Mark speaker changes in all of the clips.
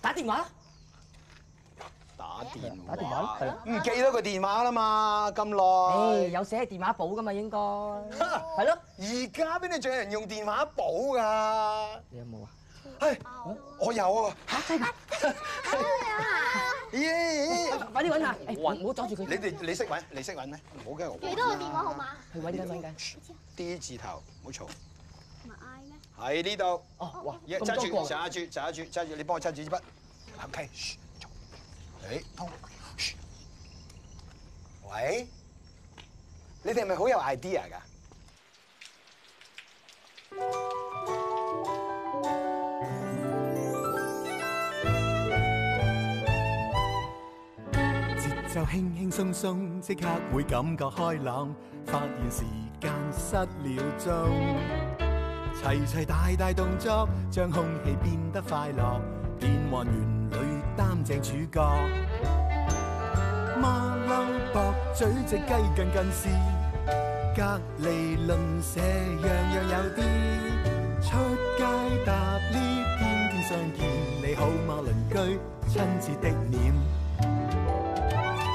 Speaker 1: 打電話啦。
Speaker 2: 打電
Speaker 3: 打電話係
Speaker 2: 唔記得個電話啦嘛，咁耐
Speaker 1: 誒，。有寫喺電話簿噶嘛，應該係咯。
Speaker 2: 而家邊度仲有人用電話簿㗎？
Speaker 1: 你有冇啊？
Speaker 2: 唉，我有啊！咦，
Speaker 1: 快啲揾下，誒唔好阻住
Speaker 2: 你
Speaker 1: 佢。
Speaker 2: 哋你識揾？你識揾咩？唔好驚我講。
Speaker 3: 幾多個電話號碼？
Speaker 1: 去揾緊揾緊。
Speaker 2: D 字頭，唔好嘈。
Speaker 3: 唔係嗌咩？
Speaker 2: 喺呢度，
Speaker 1: 哦，哇，
Speaker 2: 一
Speaker 1: 咁
Speaker 2: 揸住
Speaker 1: 多個。
Speaker 2: 揸住揸住揸住，你幫我揸住支筆。OK，噓嘈誒通。噓喂，你哋係咪好有 idea 㗎？
Speaker 4: 節奏輕輕鬆鬆，即刻會感覺開朗，發現時間失了蹤。齊齊大大動作，將空氣變得快樂，變幻園裏擔正主角。馬騮駁嘴隻雞近近視，隔離鄰舍樣樣有啲。出街搭 lift，天天相見，你好嗎鄰居？親切的臉。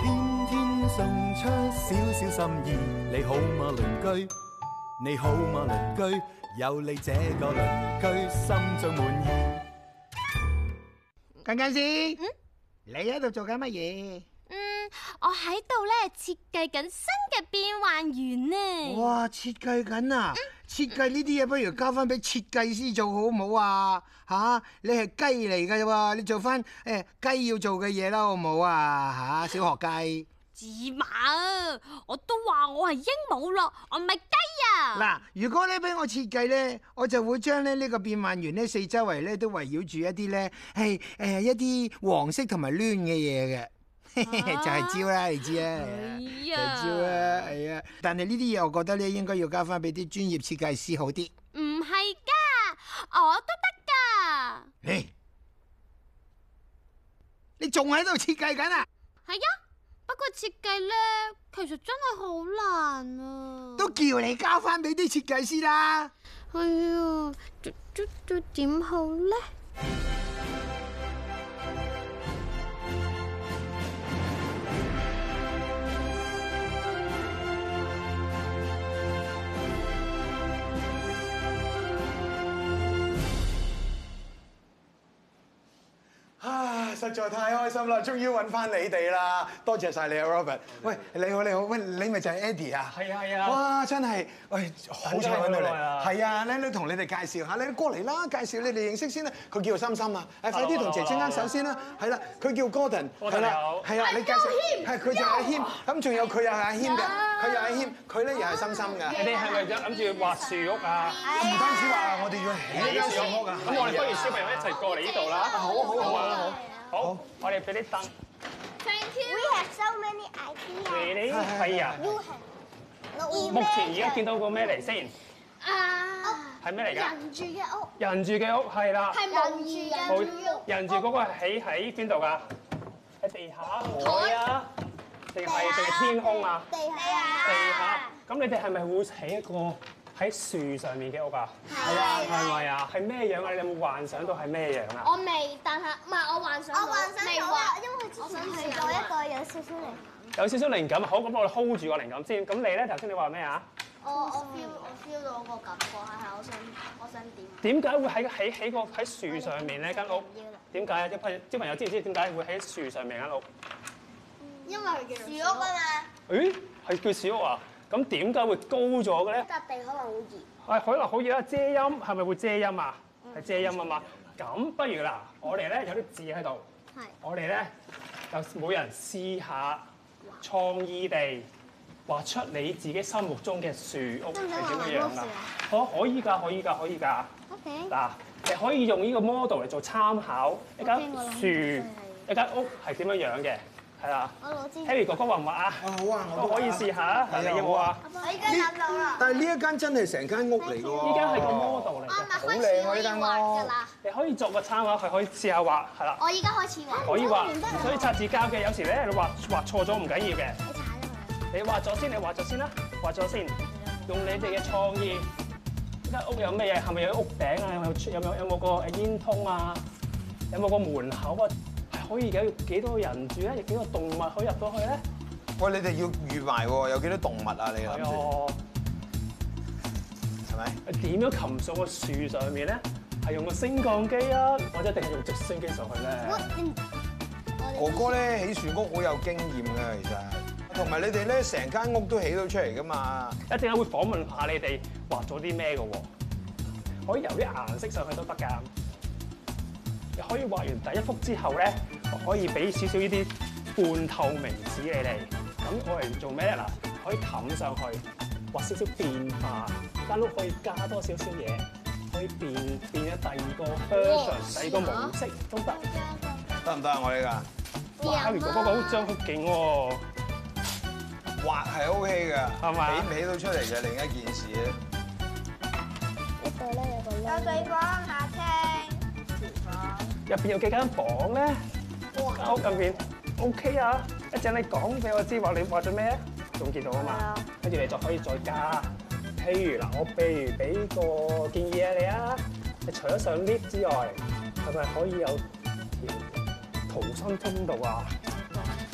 Speaker 4: 天天送出少少心意，你好嗎鄰居？你好嗎鄰居？有你這個鄰居，心中滿意。
Speaker 5: 近近先，你喺度做緊乜嘢？
Speaker 6: 嗯，我喺度咧設計緊新嘅變幻園呢。
Speaker 5: 哇，設計緊啊！設計呢啲嘢不如交翻俾設計師做好唔好啊？吓、你係雞嚟㗎喎，你做翻誒雞要做嘅嘢啦，好唔好啊？吓、小學雞
Speaker 6: 芝麻啊，我都話我係鸚鵡咯，我唔係雞啊。
Speaker 5: 嗱，如果咧俾我設計咧，我就會將咧呢個變幻園咧四周圍咧都圍繞住一啲咧係誒一啲黃色同埋攣嘅嘢嘅。 就係蕉啦，你知啊啦，
Speaker 6: 哎
Speaker 5: 就係
Speaker 6: 呀
Speaker 5: 蕉啦，係啊。但係呢啲嘢，我覺得咧應該要交翻俾啲專業設計師好啲。
Speaker 6: 唔係噶，我都得噶。
Speaker 5: 你你仲喺度設計緊啊？
Speaker 6: 係啊，不過設計咧，其實真係好難啊。
Speaker 5: 都叫你交翻俾啲設計師啦。
Speaker 6: 係啊，做做做點好咧？
Speaker 2: 啊！實在太開心啦，終於揾翻你哋啦！多謝晒你啊，Robert。喂，你好，你好，喂，你咪就係 Eddie 啊？
Speaker 7: 係啊係啊
Speaker 2: 哇，真係，喂，好彩揾到你。
Speaker 7: 好耐啊
Speaker 2: 係啊，咧，你同你哋介紹下，你過嚟啦，介紹你哋認識先啦。佢叫心心啊，誒，快啲同姐姐握手先啦。係啦，佢叫 Gordon，係啦
Speaker 7: Gordon，你好，
Speaker 2: 係啊，你介紹，係佢就係阿謙，咁仲有佢又係阿謙嘅，佢又係阿謙，佢咧又係心心㗎。
Speaker 7: 你哋係咪諗住畫樹屋啊？
Speaker 2: 唔單止話我哋要起間小屋啊，
Speaker 7: 咁我哋不如小朋友一齊過嚟呢度啦。好好好好
Speaker 3: Ờ,
Speaker 7: 好，好，我哋俾啲凳
Speaker 3: Thank you. We have so many ideas.
Speaker 7: 你。係啊，
Speaker 3: You have. No
Speaker 7: 目前而家見到個咩嚟先？
Speaker 3: 啊，
Speaker 7: 係咩嚟㗎？
Speaker 3: 人住嘅屋
Speaker 7: 人住嘅屋係啦，
Speaker 3: 係冇住嘅
Speaker 7: 好
Speaker 3: 住屋，
Speaker 7: 人住嗰個係喺喺邊度㗎？喺地下海啊，定係定係天空啊？
Speaker 3: 地下
Speaker 7: 地下。咁你哋係咪會起一個喺樹上面嘅屋啊？係啊，係咪啊？係咩樣啊？你有冇幻想到係咩樣啊？
Speaker 3: 我未，但係唔係我幻想到，
Speaker 8: 我幻想
Speaker 3: 未
Speaker 8: 到
Speaker 3: 畫
Speaker 8: 啦，因為之前去咗一個有少少嚟，
Speaker 7: 有少少靈感，好，咁我哋 hold 住個靈感先。咁你咧頭先你話咩啊？
Speaker 3: 我我 feel 我 feel 到個感覺係係我想我想
Speaker 7: 點
Speaker 3: 點？
Speaker 7: 解會喺喺喺個喺樹上面呢間屋？點解啊？小朋友小朋友知唔知點解會喺樹上面間屋？
Speaker 3: 因為住
Speaker 8: 住屋啊嘛，
Speaker 7: 咦，係叫小屋啊？咁點解會高咗嘅咧？
Speaker 3: 笪地可能會熱，
Speaker 7: 係可能好熱啦，遮陰係咪會遮陰啊？係遮陰啊嘛。咁不如嗱，我哋咧有啲字喺度，
Speaker 3: 係
Speaker 7: 我哋咧就每人試下創意地畫出你自己心目中嘅樹屋係點樣樣啊？可可以㗎，可以㗎，可以㗎。
Speaker 3: OK。
Speaker 7: 嗱，你可以用呢個 model 嚟做參考，一間樹、一間屋係點樣樣嘅，係啦。
Speaker 3: 我攞支，
Speaker 7: Harry 哥哥畫唔畫啊？
Speaker 2: 好啊，
Speaker 7: 我可以試下啊，
Speaker 2: 係啊
Speaker 7: 你有冇啊？
Speaker 8: 我已經諗到啦。
Speaker 2: 但係呢一間真係成間屋嚟㗎喎。
Speaker 7: 依家係個 model 嚟
Speaker 3: 我
Speaker 7: 嘅，
Speaker 3: 咪開始可以畫㗎啦，
Speaker 7: 你可以作個參考，佢可以試下畫，係啦，
Speaker 3: 我而家開始畫，
Speaker 7: 可以畫。
Speaker 3: 啊
Speaker 7: 所以擦字膠嘅有時咧，你畫畫錯咗唔緊要嘅，
Speaker 3: 你踩啦佢，
Speaker 7: 你畫咗先，你畫咗先啦，畫咗先，用你哋嘅創意。呢間屋有咩嘢？係咪有屋頂啊？有冇有冇有冇個煙囪啊？有冇個門口啊？係可以有幾多人住咧？有幾個動物可以入到去咧？
Speaker 2: 喂，你哋要預埋喎，有幾多動物啊？你諗
Speaker 7: 係
Speaker 2: 住
Speaker 7: 啊，
Speaker 2: 係咪？
Speaker 7: 點樣擒上個樹上面咧？係用個升降機啊，或者定係用直升機上去咧？
Speaker 2: 哥哥咧起樹屋好有經驗嘅，其實同埋你哋咧成間屋都起到出嚟噶嘛。
Speaker 7: 一陣間會訪問下你哋畫咗啲咩嘅喎，可以由啲顏色上去都得㗎。你可以畫完第一幅之後咧，我可以俾少少呢啲半透明紙你哋。咁我嚟做咩咧？嗱，可以冚上去，畫少少變化，間屋可以加多少少嘢，可以變變咗第二個 version、第二個模式都
Speaker 3: 啊
Speaker 7: 得。
Speaker 2: 得唔得啊？我呢個
Speaker 7: 哇！如果嗰個好張好勁喎，
Speaker 2: 畫係 OK 嘅，
Speaker 7: 係嘛
Speaker 2: 起唔起到出嚟就另一件事咧。
Speaker 8: 有對房客廳，
Speaker 7: 入邊有幾間房咧？間屋入邊 OK à? 啊！一陣你講俾我知話你畫咗咩，總結到啊嘛。跟住你就可以再加。譬如嗱，我譬如俾個建議啊你啊，你除咗上 lift 之外，係咪可以有條逃生通道啊？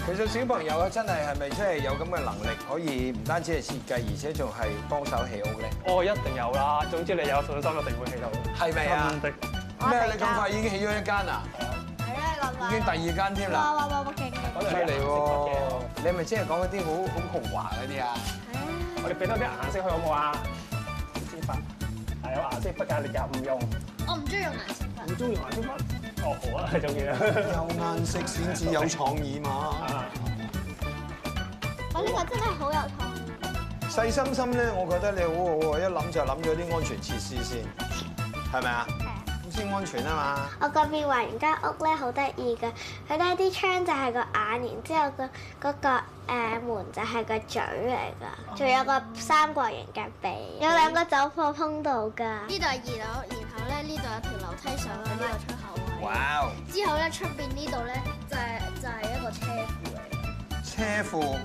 Speaker 2: 其實小朋友啊，真係係咪真係有咁嘅能力，可以唔單止係設計，而且仲係幫手起屋咧？
Speaker 7: 哦，一定有啦。總之你有信心，一定會起到。
Speaker 2: 係咪啊
Speaker 7: 肯定
Speaker 2: 咩？你咁快已經起咗一間啊？
Speaker 8: 係啦咁
Speaker 2: 已經第二間添啦，
Speaker 8: 哇哇哇勁啊！
Speaker 7: 可能
Speaker 2: 犀
Speaker 7: 有
Speaker 2: 利
Speaker 7: 顏色
Speaker 2: 喎
Speaker 7: 嘅！
Speaker 2: 你係咪即係講嗰啲好好豪華嗰啲啊？
Speaker 7: 我哋俾多啲顏色佢好唔好啊？支筆係有顏色筆㗎，你又唔用，
Speaker 3: 我唔中意用顏色筆。
Speaker 7: 唔中意顏色筆，哦好啊，中意啦。
Speaker 2: 有顏色先至有創意嘛！
Speaker 7: 啊
Speaker 3: 我呢個真係好有創意。
Speaker 2: 細心心咧，我覺得你好好啊！一諗就諗咗啲安全設施先，係咪啊？咁先安全啊嘛！
Speaker 8: 我個變幻人間屋咧好得意嘅，佢咧啲窗就係個眼，然之後個嗰個誒門就係個嘴嚟㗎，仲有個三角形嘅鼻，有兩個走火通道㗎。
Speaker 3: 呢度係二樓，然後咧呢度有條樓梯上去呢個出口位。
Speaker 2: 哇！
Speaker 3: 之後咧出邊呢度咧就係就係一個車庫嚟。
Speaker 2: 車庫，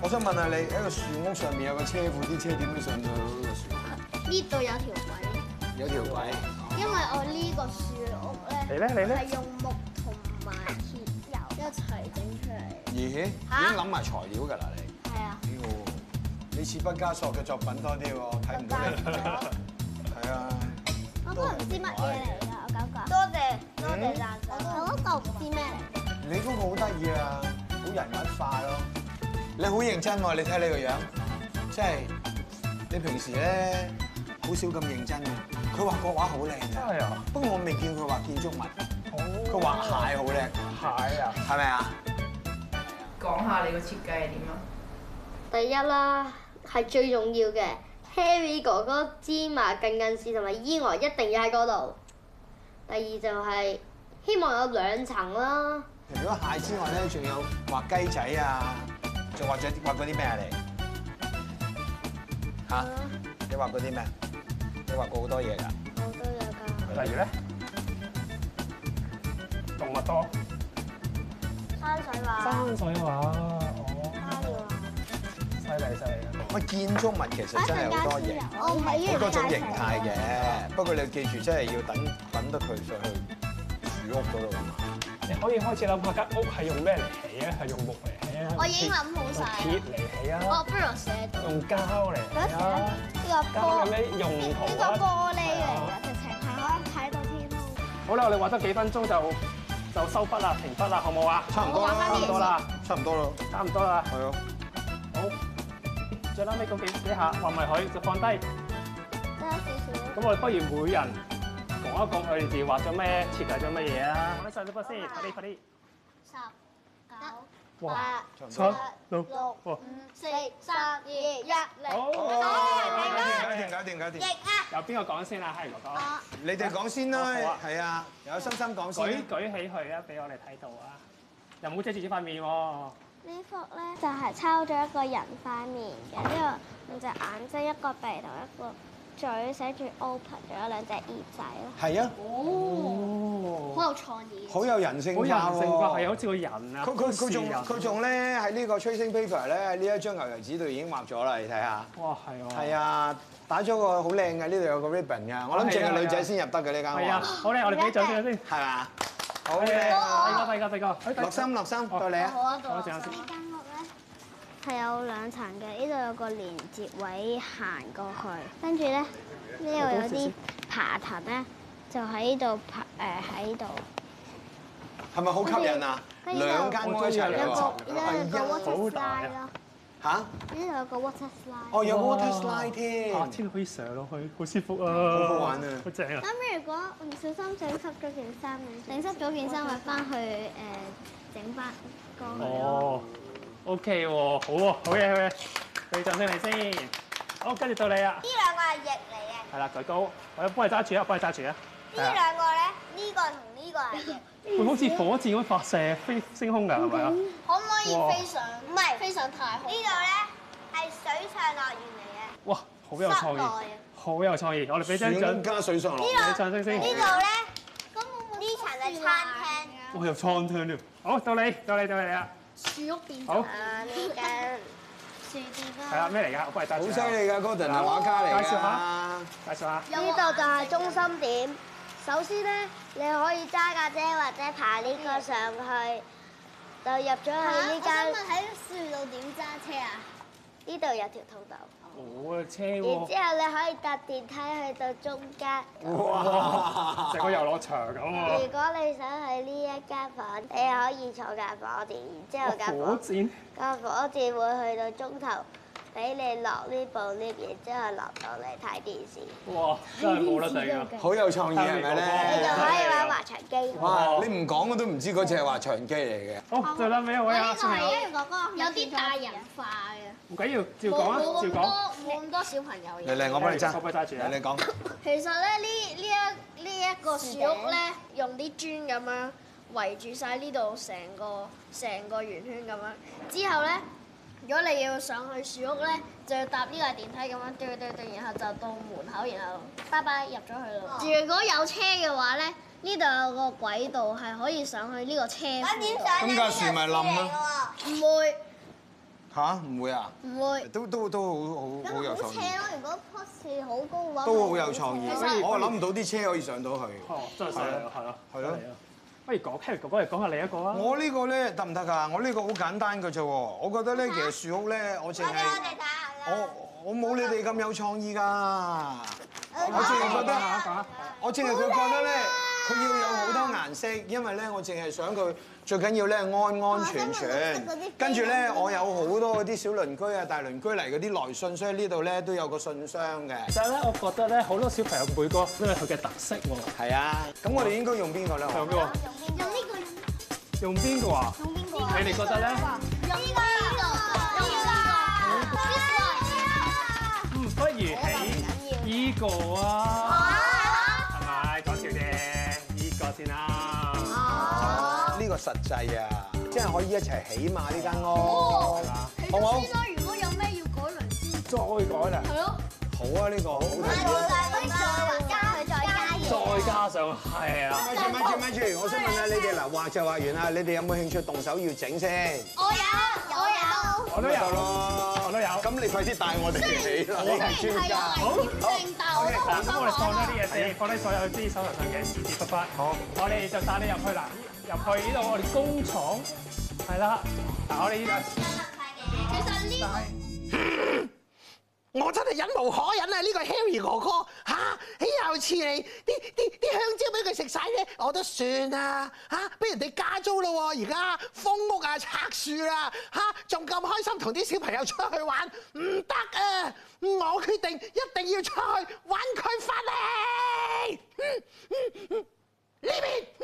Speaker 2: 我想問下你喺個樹屋上面有個車庫，啲車點樣上到嗰個樹屋？
Speaker 3: 呢度有條位，
Speaker 2: 有條軌，
Speaker 3: 因為我呢個樹屋
Speaker 7: 你咧
Speaker 3: 咧
Speaker 7: 你咧
Speaker 3: 係用木同埋鐵油一齊整出嚟。
Speaker 2: 咦？已經諗埋材料㗎啦，你
Speaker 3: 係啊，
Speaker 2: 呢個你似畢加索嘅作品多啲喎，睇唔到你。 係啊，
Speaker 3: 我都唔知乜嘢嚟㗎，我感覺。
Speaker 8: 多謝多
Speaker 2: 嗯
Speaker 8: 謝贊助。
Speaker 3: 我嗰個唔知咩嚟。
Speaker 2: 你嗰個好得意啊，好人物化咯。你好認真喎，你睇你個樣，即係你平時咧好少咁認真嘅。佢畫國畫好靚
Speaker 7: 真
Speaker 2: 㗎，
Speaker 7: 係啊，哦
Speaker 2: 不過我未見佢畫建築物，佢
Speaker 7: 佢
Speaker 2: 畫蟹好叻，
Speaker 7: 蟹啊！
Speaker 2: 係咪啊？
Speaker 9: 講下你個設計係點啊？
Speaker 3: 第一啦，係最重要嘅。Harry 哥哥芝麻近近視同埋依外一定要喺嗰度。第二就係、希望有兩層啦，
Speaker 2: 除咗蟹之外咧，仲有畫雞仔啊，仲畫咗畫嗰啲咩啊你？嚇？你畫嗰啲咩？你畫過好多嘢㗎。
Speaker 3: 我啊都有㗎。
Speaker 7: 例如咧，動物多，
Speaker 8: 山水畫、
Speaker 7: 山水畫，哦，
Speaker 8: 花鳥畫。
Speaker 7: 犀利犀利啊！
Speaker 2: 喂，建築物其實真係好多嘢，
Speaker 3: 哦我唔係
Speaker 2: 好多種形態嘅。不過你要記住，真係要等等得佢上去住屋嗰度啊嘛。
Speaker 7: 你可以開始諗下間屋係用咩嚟起啊？係用木嚟起啊？
Speaker 3: 我已經諗好
Speaker 7: 用
Speaker 3: 晒
Speaker 7: 鐵嚟起啊
Speaker 8: 哦
Speaker 3: 我？不如我寫到
Speaker 7: 用膠嚟起啊？
Speaker 8: 呢個
Speaker 7: 膠有
Speaker 8: 玻
Speaker 7: 咩用
Speaker 8: 呢
Speaker 7: 途
Speaker 8: 個
Speaker 7: 啊？
Speaker 8: 玻璃嚟㗎，直情係可以睇到天空。
Speaker 7: 好啦，我哋畫多幾分鐘就就收筆啦，停筆啦，好唔好啊？
Speaker 2: 差唔多啦，
Speaker 7: 差唔多啦，
Speaker 2: 差唔多啦，
Speaker 7: 差唔多啦，
Speaker 2: 係啊。
Speaker 7: 好。最拉尾嗰幾幾下畫埋佢，就放低。
Speaker 8: 得少少。
Speaker 7: 咁我哋不如每人講一講佢哋自己畫咗咩，設計咗乜嘢啊？講得晒啲筆先，快啲快啲。
Speaker 3: 十九
Speaker 7: 哇！
Speaker 3: 八
Speaker 2: 差唔多
Speaker 7: 三
Speaker 2: 啦。
Speaker 7: 六哦
Speaker 3: 六
Speaker 7: 哇
Speaker 3: 五四三二一零。
Speaker 7: 好，
Speaker 2: 搞掂，搞掂，搞掂。
Speaker 8: 啊
Speaker 7: 由邊個講先啦？係哥哥，
Speaker 2: 你哋講先啦
Speaker 7: 好啊，
Speaker 2: 係啊，有心心講先啦
Speaker 7: 舉。舉起佢啊，俾我哋睇到啊！又唔好遮住呢塊面喎。
Speaker 8: 呢幅咧就係抄咗一個人塊面嘅，呢個五隻眼睛、一個鼻同一個嘴，寫住 open，仲有兩隻耳仔咯。
Speaker 2: 係啊，
Speaker 3: 哦，好有創意。
Speaker 8: 啊
Speaker 2: 好有人性
Speaker 7: 好
Speaker 2: 化
Speaker 7: 人性化，係
Speaker 2: 喎。
Speaker 7: 好似個人啊。
Speaker 2: 佢佢佢仲
Speaker 7: 好似
Speaker 2: 佢
Speaker 7: 人
Speaker 2: 仲咧喺呢個 tracing paper 咧喺呢一張牛油紙度已經畫咗啦，你睇下。
Speaker 7: 哇係喎。
Speaker 2: 係啊，打咗個好靚嘅，呢度有個 ribbon 啊㗎，我諗淨係女仔先入得嘅呢間
Speaker 7: 係啊，
Speaker 2: 屋，
Speaker 7: 好咧，我哋俾掌聲先。
Speaker 2: 係嘛？好靚
Speaker 7: 第
Speaker 2: 啊！
Speaker 7: 二個，第二個，第二個，哎
Speaker 2: 落心落心，到你啊！
Speaker 3: 我嗰度
Speaker 7: 我
Speaker 3: 啊
Speaker 7: 陣間先
Speaker 8: 呢間屋咧係有兩層嘅，呢度有個連接位行過去，跟住咧呢度有啲爬藤咧，就喺呢度爬誒喺度。
Speaker 2: 係咪好吸引啊？
Speaker 8: 跟住
Speaker 2: 兩間屋一齊嚟
Speaker 8: 有
Speaker 2: 喎
Speaker 8: 個呢度有個
Speaker 7: 好
Speaker 8: water
Speaker 7: 大
Speaker 8: slide
Speaker 7: 啊
Speaker 8: 咯，
Speaker 2: 嚇！
Speaker 8: 呢度有個 water slide。
Speaker 2: 哦，有 water
Speaker 7: 哇
Speaker 2: slide 添，
Speaker 7: 夏啊天可以上落去，好舒服啊！
Speaker 2: 好好玩啊
Speaker 7: 好正啊！
Speaker 8: 咁如
Speaker 3: 哦
Speaker 8: 果唔小心整濕咗件衫，
Speaker 3: 啊
Speaker 8: 整濕咗件衫咪翻去誒整翻過去咯。
Speaker 7: 哦，OK 喎，好喎，好嘢，好嘢，俾掌聲你先。好，跟住到你啊，
Speaker 8: 呢兩個係翼嚟
Speaker 7: 係啦，舉高，我幫你揸住啊，幫你揸住啊。係啊
Speaker 8: 兩個咧，呢個同呢個係翼，
Speaker 7: 會好似火箭咁發射飛升空㗎，係咪啊？
Speaker 3: Ừ.
Speaker 8: 可唔可
Speaker 7: 哇
Speaker 8: 上？唔係飛上太空。呢度咧係水上樂園嚟嘅。
Speaker 7: 哇，好有創
Speaker 8: 室內啊
Speaker 7: 意，好有創意。我哋俾張獎
Speaker 2: 水，加水上落。
Speaker 7: 俾掌聲先。
Speaker 8: 咧，呢層係餐廳。
Speaker 7: 我又創聽添。好，到你，到你，到你啦。
Speaker 3: 樹屋變
Speaker 7: 好，
Speaker 8: 啊，呢 間樹店
Speaker 7: 係啦，。咩嚟㗎？我幫你打
Speaker 2: 好犀利㗎，Gordon 係畫家嚟
Speaker 7: 介紹下
Speaker 2: 㗎。
Speaker 7: 介紹下。
Speaker 8: 呢度就係中心點。首先咧，你可以揸架車或者爬呢個上去，就入咗去呢間。喺樹度點揸車啊？呢度有條通道，
Speaker 7: 我嘅車
Speaker 8: 然
Speaker 7: 喎，
Speaker 8: 之後你可以搭電梯去到中間。
Speaker 7: 哇！成個遊樂場咁
Speaker 8: 如
Speaker 7: 喎。
Speaker 8: 果你想去呢一間房，你可以坐架火箭，然之後架
Speaker 7: 火
Speaker 8: 火
Speaker 7: 箭，
Speaker 8: 架火箭會去到中頭，俾你落呢部 lift，然之後落到嚟睇電視。
Speaker 7: 哇！真係冇得頂啊！
Speaker 2: 好有創意係咪
Speaker 8: 你就
Speaker 2: 咧？
Speaker 8: 可以玩滑翔機。
Speaker 2: 哇！你唔講我都唔知嗰隻係畫長機嚟嘅。
Speaker 7: 好，最撚尾一位啊，小朋友，
Speaker 3: 有啲大人啊化嘅，
Speaker 7: 唔緊要，照講啊，
Speaker 3: 冇冇咁
Speaker 7: 照講。
Speaker 3: 多冇咁多小朋友嘢。
Speaker 2: 嚟嚟，我幫你揸。
Speaker 7: 我幫你揸住啊
Speaker 2: 嚟你講。
Speaker 3: 其實咧，呢呢一呢一個樹屋咧，用啲磚咁樣圍住晒呢度成個成個圓圈咁樣。之後咧，如果你要上去樹屋咧，就要搭呢個電梯咁樣對對對，然後就到門口，然後拜拜入咗去咯。如果有車嘅話咧，呢度有個軌道係可以上去呢個車庫度。
Speaker 2: 咁架樹咪冧咯？
Speaker 3: 唔會
Speaker 2: 吓？唔會啊？
Speaker 3: 唔會。
Speaker 2: 都都都好好好有創意，
Speaker 8: 咯！如果棵樹好高嘅話
Speaker 2: 都好有創意。
Speaker 3: 實
Speaker 2: 我諗唔到啲車可以上到去。
Speaker 7: 哦，真係犀利啊，係咯，
Speaker 2: 係咯
Speaker 7: 犀利啊。不如講 Harry 哥哥嚟講下你一個啊。
Speaker 2: 我呢個咧得唔得㗎？我呢個好簡單嘅啫喎。我覺得咧，其實樹屋咧，啊我淨係我我冇你哋咁有創意㗎。
Speaker 7: Ừ,
Speaker 2: 我淨係覺得
Speaker 7: 講下講下。
Speaker 2: 我淨係佢覺得咧，佢要有好多顏色，因為咧我淨係想佢最緊要咧安安全全。跟住咧，我有好多嗰啲小鄰居啊、大鄰居嚟嗰啲來信，所以呢度咧都有個信箱嘅。
Speaker 7: 但係咧，我覺得咧，好多小朋友每個都有佢嘅特色喎。
Speaker 2: 係啊，咁我哋應該用邊個咧？
Speaker 7: 用邊個？
Speaker 8: 用呢個
Speaker 7: 用
Speaker 8: 用
Speaker 7: 邊個啊？
Speaker 8: 邊個？
Speaker 7: 你哋覺得咧？
Speaker 8: 用呢個用呢個。
Speaker 7: 嗯，不如起依個啊，係咪講笑啫？依個先啦，
Speaker 2: 哦呢個實際啊，即係可以一齊起碼呢間屋，
Speaker 3: 哦
Speaker 2: 係嘛好唔好？
Speaker 3: 如果有咩要改良先，
Speaker 7: 再改啦，
Speaker 3: 係咯。
Speaker 2: 好啊，呢個好睇。
Speaker 7: 再加上係啊，
Speaker 2: 咪住咪住咪住，我想問下你哋嗱，畫就畫完啦，你哋有冇興趣動手要整先？
Speaker 7: 我都有咯，
Speaker 2: 咯
Speaker 7: 我都有
Speaker 2: 咁你快啲帶我哋起啦，你係專家。
Speaker 7: OK，嗱，咁我哋放低啲嘢先，放低所有啲手頭上嘅事事不不，
Speaker 2: 好
Speaker 7: 我哋就帶你入去啦，入去呢度我哋工廠係啦，嗱，我哋呢度。
Speaker 5: 我真係忍無可忍啊！呢個 Harry 哥哥嚇，豈有此理！啲啲啲香蕉俾佢食晒咧，我都算啦嚇，俾人哋加租咯喎！而家封屋啊、拆樹啦嚇，仲咁開心同啲小朋友出去玩，唔得啊！我決定一定要出去揾佢翻嚟。嗯嗯嗯呢邊。嗯